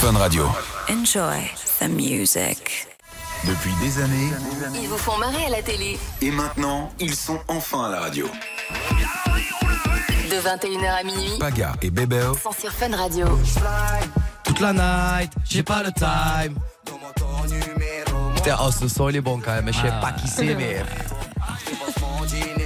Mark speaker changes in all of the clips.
Speaker 1: Fun Radio.
Speaker 2: Enjoy the music.
Speaker 1: Depuis des années,
Speaker 3: Ils vous font marrer à la télé.
Speaker 1: et maintenant, ils sont enfin à la radio.
Speaker 3: De 21h à minuit,
Speaker 1: Paga et Bébéo
Speaker 3: sans sur Fun Radio.
Speaker 4: Toute la night, j'ai pas le time. Putain, oh, ce son il est bon quand même, je sais pas qui c'est, mais.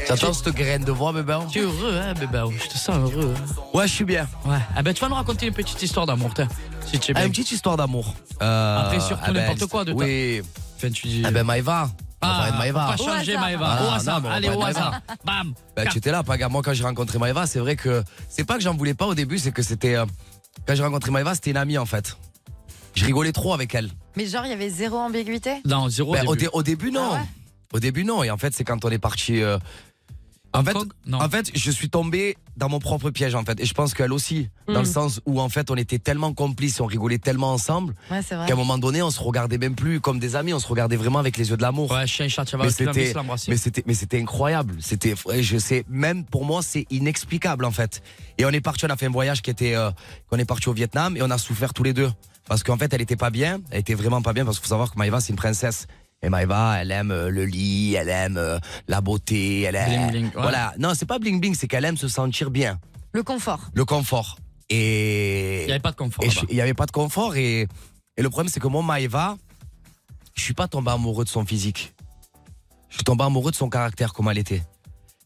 Speaker 4: J'attends cette graine de voix, bébé.
Speaker 5: Tu es heureux, hein, Bébao Je te sens heureux. hein.
Speaker 4: Ouais, je suis bien.
Speaker 5: Ouais. Ah ben, tu vas nous raconter une petite histoire d'amour, t'as. Si tu es Eh bien.
Speaker 4: Une petite histoire d'amour. Euh,
Speaker 5: Après, surtout
Speaker 4: ben,
Speaker 5: n'importe quoi de
Speaker 4: Oui.
Speaker 5: Enfin, tu dis.
Speaker 4: Eh ben, Maëva. On va
Speaker 5: Ah,
Speaker 4: parler de Maëva.
Speaker 5: Pas changer, Maëva.
Speaker 4: Ah,
Speaker 5: au hasard.
Speaker 4: non, mais on
Speaker 5: Allez,
Speaker 4: va
Speaker 5: au
Speaker 4: parler de
Speaker 5: hasard. Bam.
Speaker 4: Bah, tu étais là, Paga. Moi, quand j'ai rencontré Maëva, c'est vrai que c'est pas que j'en voulais pas au début, c'est que c'était. euh, Quand j'ai rencontré Maëva, c'était une amie en fait. Je rigolais trop avec elle.
Speaker 6: Mais genre, il y avait zéro ambiguïté
Speaker 5: Non, zéro.
Speaker 4: Ben,
Speaker 5: au
Speaker 4: au,
Speaker 5: début.
Speaker 4: dé- au début, non.
Speaker 6: Ah ouais
Speaker 4: Au début, non. Et en fait, c'est quand on est parti. euh, En fait,
Speaker 5: Kong Non.
Speaker 4: en fait, je suis tombé dans mon propre piège, en fait. Et je pense qu'elle aussi. Dans
Speaker 6: Mm.
Speaker 4: le sens où, en fait, on était tellement complices, on rigolait tellement ensemble,
Speaker 6: Ouais, c'est vrai.
Speaker 4: qu'à un moment donné, on se regardait même plus comme des amis, on se regardait vraiment avec les yeux de l'amour.
Speaker 5: Ouais, chien et chat, tu vas
Speaker 4: Mais
Speaker 5: se l'embrasser,
Speaker 4: c'était,
Speaker 5: se l'embrasser.
Speaker 4: mais c'était, mais c'était incroyable. C'était, ouais, je sais, même pour moi, c'est inexplicable en fait. Et on est parti, on a fait un voyage qui était, euh, qu'on est parti au Vietnam et on a souffert tous les deux parce qu'en fait, elle était pas bien, elle était vraiment pas bien parce qu'il faut savoir que Maïva c'est une princesse. Et Maïva, elle aime euh, le lit, elle aime euh, la beauté, elle aime.
Speaker 5: Bling, bling, ouais.
Speaker 4: Voilà. Non, c'est pas bling bling, c'est qu'elle aime se sentir bien,
Speaker 6: Le confort.
Speaker 4: le confort. Et
Speaker 5: Il n'y avait pas de confort.
Speaker 4: et je-
Speaker 5: là-bas.
Speaker 4: il n'y avait pas de confort. Et, et le problème, c'est que moi, Maëva, je suis pas tombé amoureux de son physique. Je suis tombé amoureux de son caractère, comment elle était.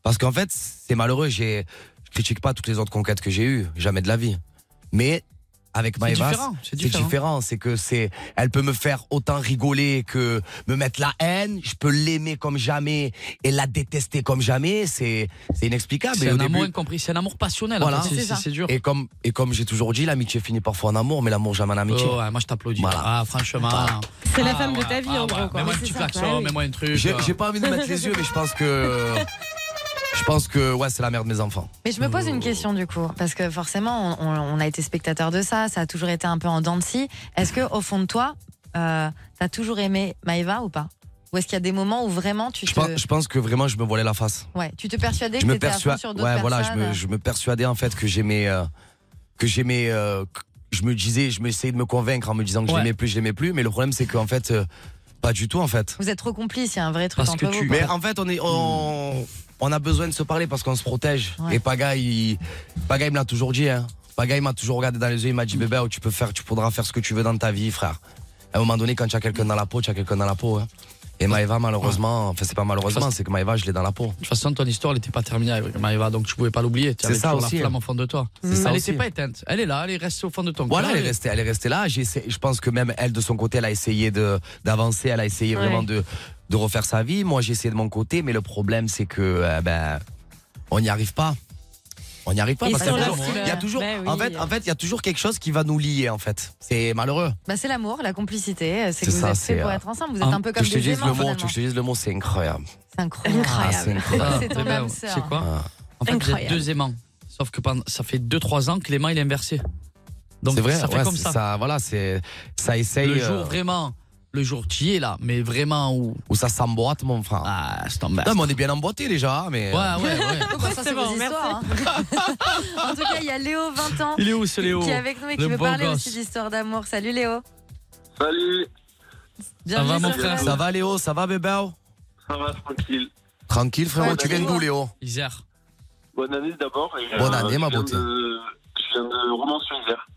Speaker 4: Parce qu'en fait, c'est malheureux. J'ai, je critique pas toutes les autres conquêtes que j'ai eues, jamais de la vie. Mais avec
Speaker 5: C'est
Speaker 4: Maëva,
Speaker 5: différent, c'est
Speaker 4: c'est
Speaker 5: différent.
Speaker 4: différent. C'est que c'est, elle peut me faire autant rigoler que me mettre la haine. Je peux l'aimer comme jamais et la détester comme jamais. C'est, c'est inexplicable.
Speaker 5: C'est
Speaker 4: Et au
Speaker 5: un amour
Speaker 4: début-
Speaker 5: incompris, c'est un amour passionnel.
Speaker 4: Voilà.
Speaker 5: en fait,
Speaker 4: C'est
Speaker 5: Ah, c'est- c'est
Speaker 6: ça.
Speaker 5: c'est dur.
Speaker 4: et comme, et comme j'ai toujours dit, l'amitié finit parfois en amour, mais l'amour jamais en amitié.
Speaker 5: Oh, ouais, moi je t'applaudis.
Speaker 4: Voilà.
Speaker 5: Ah, franchement.
Speaker 7: C'est la
Speaker 5: Ah,
Speaker 7: femme de
Speaker 5: voilà.
Speaker 7: ta vie,
Speaker 5: Ah,
Speaker 7: en
Speaker 5: voilà.
Speaker 7: gros, quoi.
Speaker 5: Mets-moi un
Speaker 7: Oui,
Speaker 5: petit
Speaker 7: c'est ça.
Speaker 5: klaxon,
Speaker 7: Ouais, oui.
Speaker 5: mets-moi un truc.
Speaker 4: J'ai
Speaker 5: euh.
Speaker 4: j'ai pas envie de mettre les yeux, mais je pense que. Je pense que, ouais, c'est la merde de mes enfants.
Speaker 6: Mais je me pose une question du coup, parce que forcément, on, on- on a été spectateur de ça, ça a toujours été un peu en dents de scie. Est-ce que au fond de toi, euh, t'as toujours aimé Maëva ou pas Ou est-ce qu'il y a des moments où vraiment tu
Speaker 4: Je
Speaker 6: te,
Speaker 4: pense, je pense que vraiment, je me voilais la face.
Speaker 6: ouais, tu te persuadais
Speaker 4: Je
Speaker 6: que
Speaker 4: me
Speaker 6: t'étais à fond
Speaker 4: persuade.
Speaker 6: sur d'autres
Speaker 4: Ouais, voilà, je
Speaker 6: personnes
Speaker 4: me, je me persuadais en fait que j'aimais. euh, que j'aimais. euh, que je me disais, je m'essayais de me convaincre en me disant que
Speaker 5: Ouais.
Speaker 4: je l'aimais plus, je l'aimais plus, mais le problème, c'est qu'en fait, euh, pas du tout en fait.
Speaker 6: Vous êtes trop complices, il y a un vrai truc
Speaker 5: Parce
Speaker 6: entre
Speaker 5: que tu-
Speaker 6: vous.
Speaker 4: Mais en fait, on est. On, on a besoin de se parler parce qu'on se protège.
Speaker 6: Ouais.
Speaker 4: Et Paga, il, Paga, il me l'a toujours dit. Hein. Paga, il m'a toujours regardé dans les yeux. Il m'a dit Bébé, oh, tu, peux faire, tu pourras faire ce que tu veux dans ta vie, frère. À un moment donné, quand tu as quelqu'un dans la peau, tu as quelqu'un dans la peau. hein. Et Maëva, malheureusement, enfin, c'est pas malheureusement, c'est que Maëva, je l'ai dans la peau.
Speaker 5: De toute façon, ton histoire n'était pas terminée avec Maëva, donc tu pouvais pas l'oublier. Tu
Speaker 4: C'est
Speaker 5: avais
Speaker 4: ça
Speaker 5: toujours
Speaker 4: aussi.
Speaker 5: la flamme au fond de toi.
Speaker 4: C'est ça
Speaker 5: elle
Speaker 4: aussi.
Speaker 5: n'était pas éteinte. Elle est là, elle est restée au fond de ton
Speaker 4: Voilà,
Speaker 5: cœur.
Speaker 4: elle est restée, elle est restée là. J'ai essayé- je pense que même elle, de son côté, elle a essayé de- d'avancer, elle a essayé
Speaker 7: Ouais.
Speaker 4: vraiment de, de refaire sa vie. Moi, j'ai essayé de mon côté, mais le problème, c'est que euh, ben, on n'y arrive pas. On n'y arrive pas
Speaker 7: Ils
Speaker 4: parce qu'il y
Speaker 7: sont
Speaker 4: a
Speaker 7: là
Speaker 4: toujours,
Speaker 7: aussi,
Speaker 4: il y a
Speaker 7: bah,
Speaker 4: toujours-
Speaker 7: bah oui.
Speaker 4: en fait, en fait, il y a toujours quelque chose qui va nous lier, en fait. C'est malheureux.
Speaker 6: Bah, c'est l'amour, la complicité, euh, c'est que
Speaker 4: C'est
Speaker 6: vous
Speaker 4: ça,
Speaker 6: êtes
Speaker 4: c'est,
Speaker 6: faits pour
Speaker 4: euh,
Speaker 6: être ensemble, vous êtes un peu
Speaker 4: Que
Speaker 6: comme
Speaker 4: je te
Speaker 6: des
Speaker 4: dise le
Speaker 6: aimants
Speaker 4: mot,
Speaker 6: finalement.
Speaker 4: que je te dise le mot, c'est incroyable.
Speaker 6: C'est incroyable.
Speaker 4: Ah, c'est incroyable.
Speaker 5: Ah,
Speaker 6: C'est ton
Speaker 5: eh ben,
Speaker 6: âme
Speaker 5: C'est
Speaker 6: sœur.
Speaker 5: quoi
Speaker 4: Ah.
Speaker 5: En fait, vous êtes
Speaker 7: Incroyable.
Speaker 5: deux aimants. Sauf que pendant- ça fait 2-3 ans que l'aimant il est inversé. Donc
Speaker 4: C'est vrai.
Speaker 5: ça fait
Speaker 4: ouais,
Speaker 5: comme
Speaker 4: c'est
Speaker 5: ça.
Speaker 4: Voilà, c'est ça essaye
Speaker 5: Le jour
Speaker 4: euh,
Speaker 5: vraiment, le jour tu y es là, mais vraiment où.
Speaker 4: où ça s'emboîte, mon frère.
Speaker 5: Ah, c'est en
Speaker 4: Non, mais on est bien emboîté déjà, hein, mais.
Speaker 5: Ouais, ouais, ouais.
Speaker 6: Donc, ça, c'est
Speaker 7: C'est bon,
Speaker 6: vos histoires. hein. en tout cas, il y a Léo, 20 ans,
Speaker 5: Il est où ce Léo
Speaker 6: qui est avec nous et
Speaker 5: le
Speaker 6: qui veut
Speaker 5: beau
Speaker 6: parler
Speaker 5: gosse.
Speaker 6: aussi d'histoire d'amour. Salut Léo.
Speaker 8: Salut,
Speaker 6: Bienvenue
Speaker 5: va, mon
Speaker 6: sur
Speaker 5: frère
Speaker 6: Fun.
Speaker 4: Ça va, Léo Ça va, bébé
Speaker 8: ça va tranquille.
Speaker 4: Tranquille, frérot.
Speaker 6: Ouais,
Speaker 4: tu viens
Speaker 6: Léo.
Speaker 4: d'où, Léo
Speaker 5: Isère.
Speaker 8: Bonne année d'abord. et, euh,
Speaker 4: Bonne année,
Speaker 8: je
Speaker 4: ma
Speaker 8: viens
Speaker 4: beauté.
Speaker 8: de- Je viens de Romans-sur-Isère,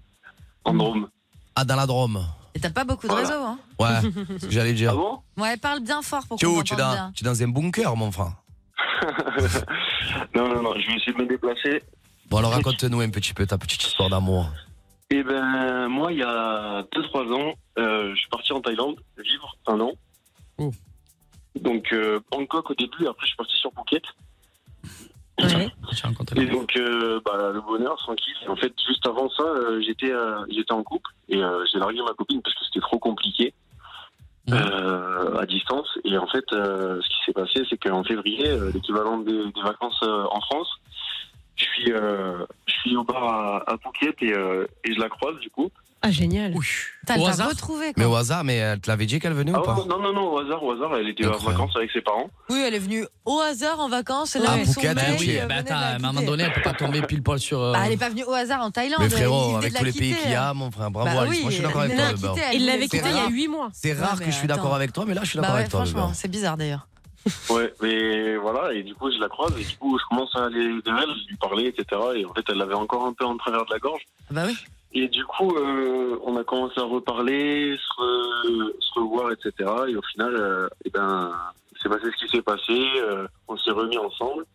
Speaker 8: en Drôme.
Speaker 4: Ah, dans la Drôme.
Speaker 6: Et t'as pas beaucoup de
Speaker 8: Voilà.
Speaker 6: réseaux, hein
Speaker 4: Ouais, c'est ce que j'allais
Speaker 8: Ah
Speaker 4: dire.
Speaker 8: bon
Speaker 6: Ouais, parle bien fort pour
Speaker 4: Tu es
Speaker 6: qu'on
Speaker 4: où Tu es
Speaker 6: t'entende
Speaker 4: dans,
Speaker 6: bien.
Speaker 4: tu es dans un bunker, mon frère.
Speaker 8: Non, non, non, je vais essayer de me déplacer.
Speaker 4: Bon, alors raconte-nous un petit peu ta petite histoire d'amour.
Speaker 8: Et ben, moi, il y a 2-3 ans, euh, je suis parti en Thaïlande vivre un an.
Speaker 5: Oh.
Speaker 8: Donc, euh, Bangkok au début, et après, je suis parti sur Phuket.
Speaker 7: Ouais.
Speaker 5: Ah, J'ai rencontré
Speaker 8: Et
Speaker 5: Léo.
Speaker 8: donc, euh, bah, le bonheur, tranquille. En fait, juste avant ça, euh, j'étais euh, j'étais en couple et euh, j'ai largué ma copine parce que c'était trop compliqué
Speaker 5: Ouais.
Speaker 8: euh, à distance. Et en fait, euh, ce qui s'est passé, c'est qu'en février, euh, l'équivalent des, des vacances euh, en France, je suis, euh, je suis au bar à, à Phuket et, euh, et je la croise du coup.
Speaker 9: Ah, génial.
Speaker 6: Putain, elle
Speaker 5: Au
Speaker 6: t'a
Speaker 5: hasard
Speaker 6: retrouvé,
Speaker 4: Mais
Speaker 6: quoi.
Speaker 4: au hasard, mais euh, elle te l'avait dit qu'elle venait
Speaker 8: Ah
Speaker 4: ou
Speaker 8: ouais,
Speaker 4: pas
Speaker 8: non, non, non, au hasard, au hasard, elle était en
Speaker 4: Mmh, Incroyable.
Speaker 8: vacances avec ses parents.
Speaker 6: Oui, elle est venue au hasard en vacances. Là,
Speaker 4: Ah,
Speaker 6: elle est
Speaker 4: Phuket,
Speaker 5: Ben
Speaker 4: Bah
Speaker 6: tombée,
Speaker 4: ok.
Speaker 5: oui,
Speaker 6: euh,
Speaker 5: ben
Speaker 6: venez
Speaker 5: attends,
Speaker 6: la
Speaker 5: à un moment
Speaker 6: quitter.
Speaker 5: donné, elle peut pas tomber pile poil sur. euh,
Speaker 6: Bah, elle est pas venue au hasard en Thaïlande.
Speaker 4: Mais
Speaker 6: elle- il
Speaker 4: frérot,
Speaker 6: venait
Speaker 4: avec
Speaker 6: de la
Speaker 4: tous les pays
Speaker 6: quitter,
Speaker 4: qu'il y
Speaker 6: hein.
Speaker 4: a, mon frère, bravo,
Speaker 6: Bah
Speaker 4: Alex.
Speaker 6: oui,
Speaker 4: Moi, je suis d'accord
Speaker 6: elle
Speaker 4: avec
Speaker 6: venait
Speaker 4: toi,
Speaker 6: de la
Speaker 4: Bebao.
Speaker 6: quitter, elle
Speaker 9: Il
Speaker 6: voulait
Speaker 9: l'avait
Speaker 6: se
Speaker 9: quitté il y
Speaker 4: c'est
Speaker 9: a
Speaker 6: barrer.
Speaker 4: rare.
Speaker 9: 8 mois.
Speaker 4: C'est
Speaker 6: Ouais,
Speaker 4: rare
Speaker 6: mais
Speaker 4: que je suis d'accord
Speaker 6: attends.
Speaker 4: avec toi, mais là, je suis
Speaker 6: Bah
Speaker 4: d'accord
Speaker 6: ouais,
Speaker 4: avec toi.
Speaker 6: franchement,
Speaker 4: Bebao.
Speaker 6: c'est bizarre d'ailleurs.
Speaker 8: Ouais, mais voilà, et du coup, je la croise, et du coup, je commence à aller vers elle, lui parler, etc. Et en fait, elle l'avait encore un peu en travers de la gorge.
Speaker 6: Bah oui.
Speaker 8: Et du coup, euh, on a commencé à reparler, se, re- se revoir, etc. Et au final, euh, eh ben, c'est passé ce qui s'est passé. euh, on s'est remis ensemble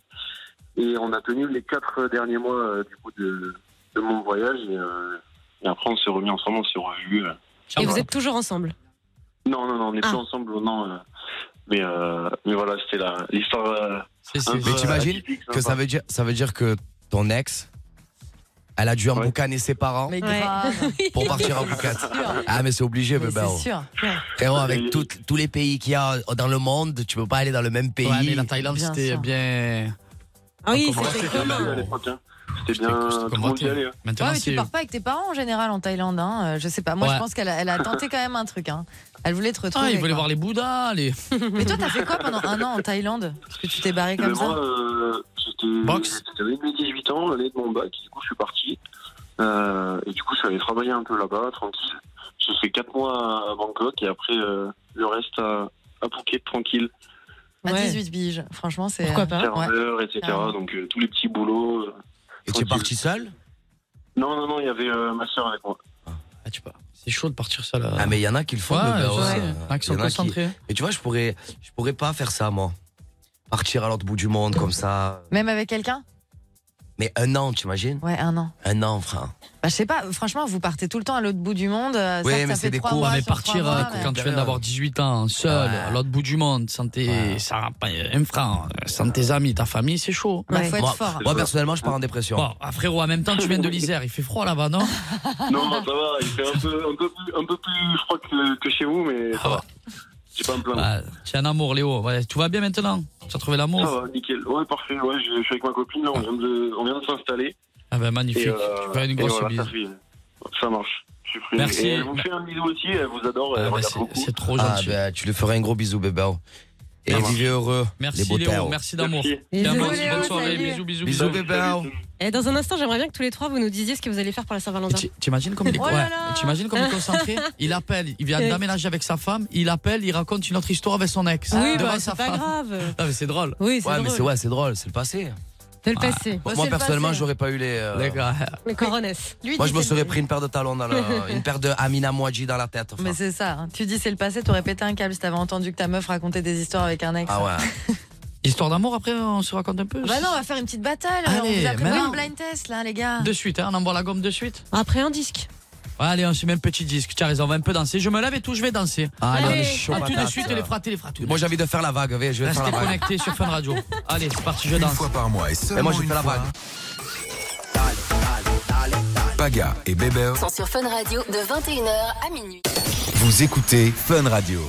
Speaker 8: et on a tenu les quatre derniers mois euh, du coup de, de mon voyage. Et, euh, et après, on s'est remis ensemble, on s'est revus. euh.
Speaker 9: Et
Speaker 5: Ah,
Speaker 9: vous
Speaker 5: voilà.
Speaker 9: êtes toujours ensemble.
Speaker 8: Non, non, non, on n'est
Speaker 9: Ah.
Speaker 8: plus ensemble, non. euh, mais euh, mais voilà, c'était la- l'histoire. euh,
Speaker 5: C'est- c'est-
Speaker 8: un peu
Speaker 4: Mais t'imagines
Speaker 8: atypique, hein,
Speaker 4: Que ça
Speaker 8: sympa.
Speaker 4: veut dire, ça veut dire que ton ex, elle a dû emboucaner ses parents
Speaker 6: Mais
Speaker 9: Ouais.
Speaker 6: grave.
Speaker 4: pour partir en boucane. Ah, mais c'est obligé,
Speaker 6: Mais
Speaker 4: Bebao.
Speaker 6: c'est sûr.
Speaker 4: Frérot, avec tout- tous les pays qu'il y a dans le monde, tu peux pas aller dans le même pays.
Speaker 5: Ouais, mais la Thaïlande,
Speaker 6: Bien
Speaker 5: c'était
Speaker 6: sûr.
Speaker 5: bien.
Speaker 9: Ah oui,
Speaker 5: Encore
Speaker 9: c'était
Speaker 5: moins.
Speaker 9: commun.
Speaker 8: Ouais, à l'époque, hein. C'était
Speaker 5: C'était-
Speaker 8: bien.
Speaker 5: c'était
Speaker 8: Tout le monde
Speaker 5: convoité.
Speaker 8: y allait, hein.
Speaker 6: Ouais,
Speaker 5: Maintenant,
Speaker 6: mais tu
Speaker 5: c'est.
Speaker 6: pars pas avec tes parents en général en Thaïlande. Hein. Euh, Je sais pas. Moi,
Speaker 5: Ouais.
Speaker 6: je pense qu'elle a, elle a tenté quand même un truc. Hein. Elle voulait te retrouver.
Speaker 5: Ah, ils voulaient
Speaker 6: quoi.
Speaker 5: voir les Bouddhas, les.
Speaker 6: Mais toi, t'as fait quoi pendant un an en Thaïlande Parce que tu t'es barré
Speaker 8: Mais
Speaker 6: comme ça.
Speaker 8: moi, euh, j'étais
Speaker 5: Boxe.
Speaker 8: j'avais mes 18 ans, l'année de mon bac, du coup, je suis parti. Euh, et du coup, je suis allé travailler un peu là-bas, tranquille. J'ai fait 4 mois à Bangkok et après, euh, le reste à, à Phuket, tranquille.
Speaker 6: À
Speaker 9: Ouais.
Speaker 6: 18 biges. Franchement, c'est.
Speaker 9: Pourquoi pas
Speaker 8: Serveur, etc.
Speaker 6: Ah.
Speaker 8: Donc, euh, tous les petits boulots. euh.
Speaker 4: Et tu es parti seul
Speaker 8: Non, non, non, il y avait euh, ma soeur avec moi.
Speaker 5: Ah, tu sais pas. C'est chaud de partir ça là.
Speaker 4: Ah, mais il y en a qui le font,
Speaker 5: Ouais,
Speaker 4: Bebao.
Speaker 5: je sais.
Speaker 4: C'est-
Speaker 5: Il y en a qui
Speaker 4: il
Speaker 5: sont
Speaker 4: y en a qui-
Speaker 5: concentrés.
Speaker 4: Et tu vois, je pourrais, je pourrais pas faire ça, moi. Partir à l'autre bout du monde comme ça.
Speaker 6: euh, Même avec quelqu'un
Speaker 4: Mais un an, t'imagines
Speaker 6: Ouais, un an.
Speaker 4: Un an, frère.
Speaker 6: Bah, je sais pas. Franchement, vous partez tout le temps à l'autre bout du monde. euh,
Speaker 4: Oui,
Speaker 6: certes, ça
Speaker 4: mais
Speaker 6: fait
Speaker 4: c'est des
Speaker 6: trois
Speaker 4: cours,
Speaker 6: mois
Speaker 5: Ouais, mais
Speaker 6: sur trois
Speaker 5: partir
Speaker 6: mois,
Speaker 5: euh,
Speaker 6: mais-
Speaker 5: quand tu viens d'avoir 18 ans, seul,
Speaker 4: Bah, Ouais.
Speaker 5: à l'autre bout du monde, sans tes,
Speaker 4: Ouais.
Speaker 5: sans, pas- un franc, sans tes amis, ta famille, c'est chaud.
Speaker 6: Bah,
Speaker 9: Ouais.
Speaker 6: faut être
Speaker 4: moi,
Speaker 6: fort.
Speaker 4: moi, personnellement, je pars en dépression.
Speaker 5: Bon, ah, frérot, en même temps, tu viens de l'Isère, il fait froid là-bas, non
Speaker 8: non, ça va, il fait un peu, un peu plus, un peu plus froid que, que chez vous, mais ça
Speaker 5: Ah ouais.
Speaker 8: va. J'ai pas à me plaindre.
Speaker 5: Ah, T'es un amour, Léo. Ouais, tout va bien maintenant Tu as trouvé
Speaker 8: Ça
Speaker 5: l'amour
Speaker 8: va, nickel. Ouais, parfait. Ouais, je, je suis avec ma copine, là, on vient de, on vient de s'installer.
Speaker 5: Ah ben magnifique.
Speaker 8: Et, euh,
Speaker 5: tu fais une
Speaker 8: et
Speaker 5: grosse
Speaker 8: voilà,
Speaker 5: bise.
Speaker 8: ça, fait- ça marche. Je suis pris.
Speaker 5: Merci.
Speaker 8: Et elle vous fait un bisou aussi, elle vous adore, elle
Speaker 5: Ah, ben,
Speaker 8: regarde
Speaker 5: c'est-
Speaker 8: beaucoup.
Speaker 5: c'est trop
Speaker 4: Ah,
Speaker 5: gentil.
Speaker 4: ben, tu lui ferais un gros bisou, Bebao. Et
Speaker 5: Ça marche.
Speaker 4: vivez heureux. les
Speaker 5: merci
Speaker 4: beaux
Speaker 5: Léo,
Speaker 4: terres.
Speaker 5: merci d'amour.
Speaker 8: Merci.
Speaker 5: Tiens,
Speaker 9: Bisous,
Speaker 5: bonne-
Speaker 9: Léo,
Speaker 5: bonne soirée,
Speaker 9: hein, salut.
Speaker 5: bisous, bisous,
Speaker 4: Bisous,
Speaker 5: bisous.
Speaker 4: Bebao.
Speaker 9: Et dans un instant, j'aimerais bien que tous les trois vous nous disiez ce que vous allez faire pour la
Speaker 5: Et
Speaker 9: Saint-Valentin.
Speaker 5: tu- T'imagines comme il est
Speaker 6: Oh là
Speaker 5: ouais,
Speaker 6: là.
Speaker 5: T'imagines comme il est concentré Il appelle, il vient
Speaker 9: Et-
Speaker 5: d'aménager avec sa femme, il appelle, il raconte une autre histoire avec son ex.
Speaker 9: Oui,
Speaker 5: devant
Speaker 9: bah,
Speaker 5: sa
Speaker 9: c'est pas
Speaker 5: femme.
Speaker 9: grave.
Speaker 5: Ah mais c'est drôle.
Speaker 9: Oui, c'est
Speaker 4: Ouais, mais c'est
Speaker 9: drôle.
Speaker 4: ouais, c'est drôle, c'est le passé.
Speaker 9: De le passer.
Speaker 6: Bah,
Speaker 4: moi,
Speaker 6: c'est le
Speaker 4: personnellement,
Speaker 6: passé.
Speaker 4: j'aurais pas eu les. euh,
Speaker 5: Les gars.
Speaker 9: Le coronesse.
Speaker 6: Lui,
Speaker 4: Moi,
Speaker 6: dit
Speaker 4: je me
Speaker 6: c'est-
Speaker 4: serais pris une paire de talons dans le- une paire de Amina Mouadji dans la tête. enfin.
Speaker 6: Mais c'est ça. hein. Tu dis c'est le passé, t'aurais pété un câble si t'avais entendu que ta meuf racontait des histoires avec un ex.
Speaker 4: Ah ouais.
Speaker 5: Histoire d'amour, après, on se raconte un peu
Speaker 6: Bah non, on va faire une petite bataille. on
Speaker 5: Allez,
Speaker 6: vous a préparé
Speaker 5: maintenant.
Speaker 6: un blind test là, les gars.
Speaker 5: De suite, hein, on envoie la gomme de suite.
Speaker 9: Après un disque.
Speaker 5: Ouais, allez, on se met un petit disque. Tiens, raison, on va un peu danser. Je me lave et tout, je vais danser.
Speaker 4: Allez,
Speaker 9: Allez,
Speaker 4: on est Ah, chaud,
Speaker 5: À tout de
Speaker 4: patate.
Speaker 5: suite, les fratés, les fratés.
Speaker 4: Moi, j'ai envie de faire la vague, vas-y, je vais faire
Speaker 5: Restez
Speaker 4: la vague.
Speaker 5: connectés sur Fun Radio. Allez, c'est parti, je
Speaker 1: Une
Speaker 5: danse.
Speaker 1: fois par mois et
Speaker 4: Et
Speaker 1: seulement
Speaker 4: moi, j'ai
Speaker 1: une
Speaker 4: fait la
Speaker 1: fois,
Speaker 6: hein.
Speaker 4: vague.
Speaker 1: Paga et Bébé
Speaker 3: Sont sur Fun Radio de 21h à minuit.
Speaker 1: Vous écoutez Fun Radio.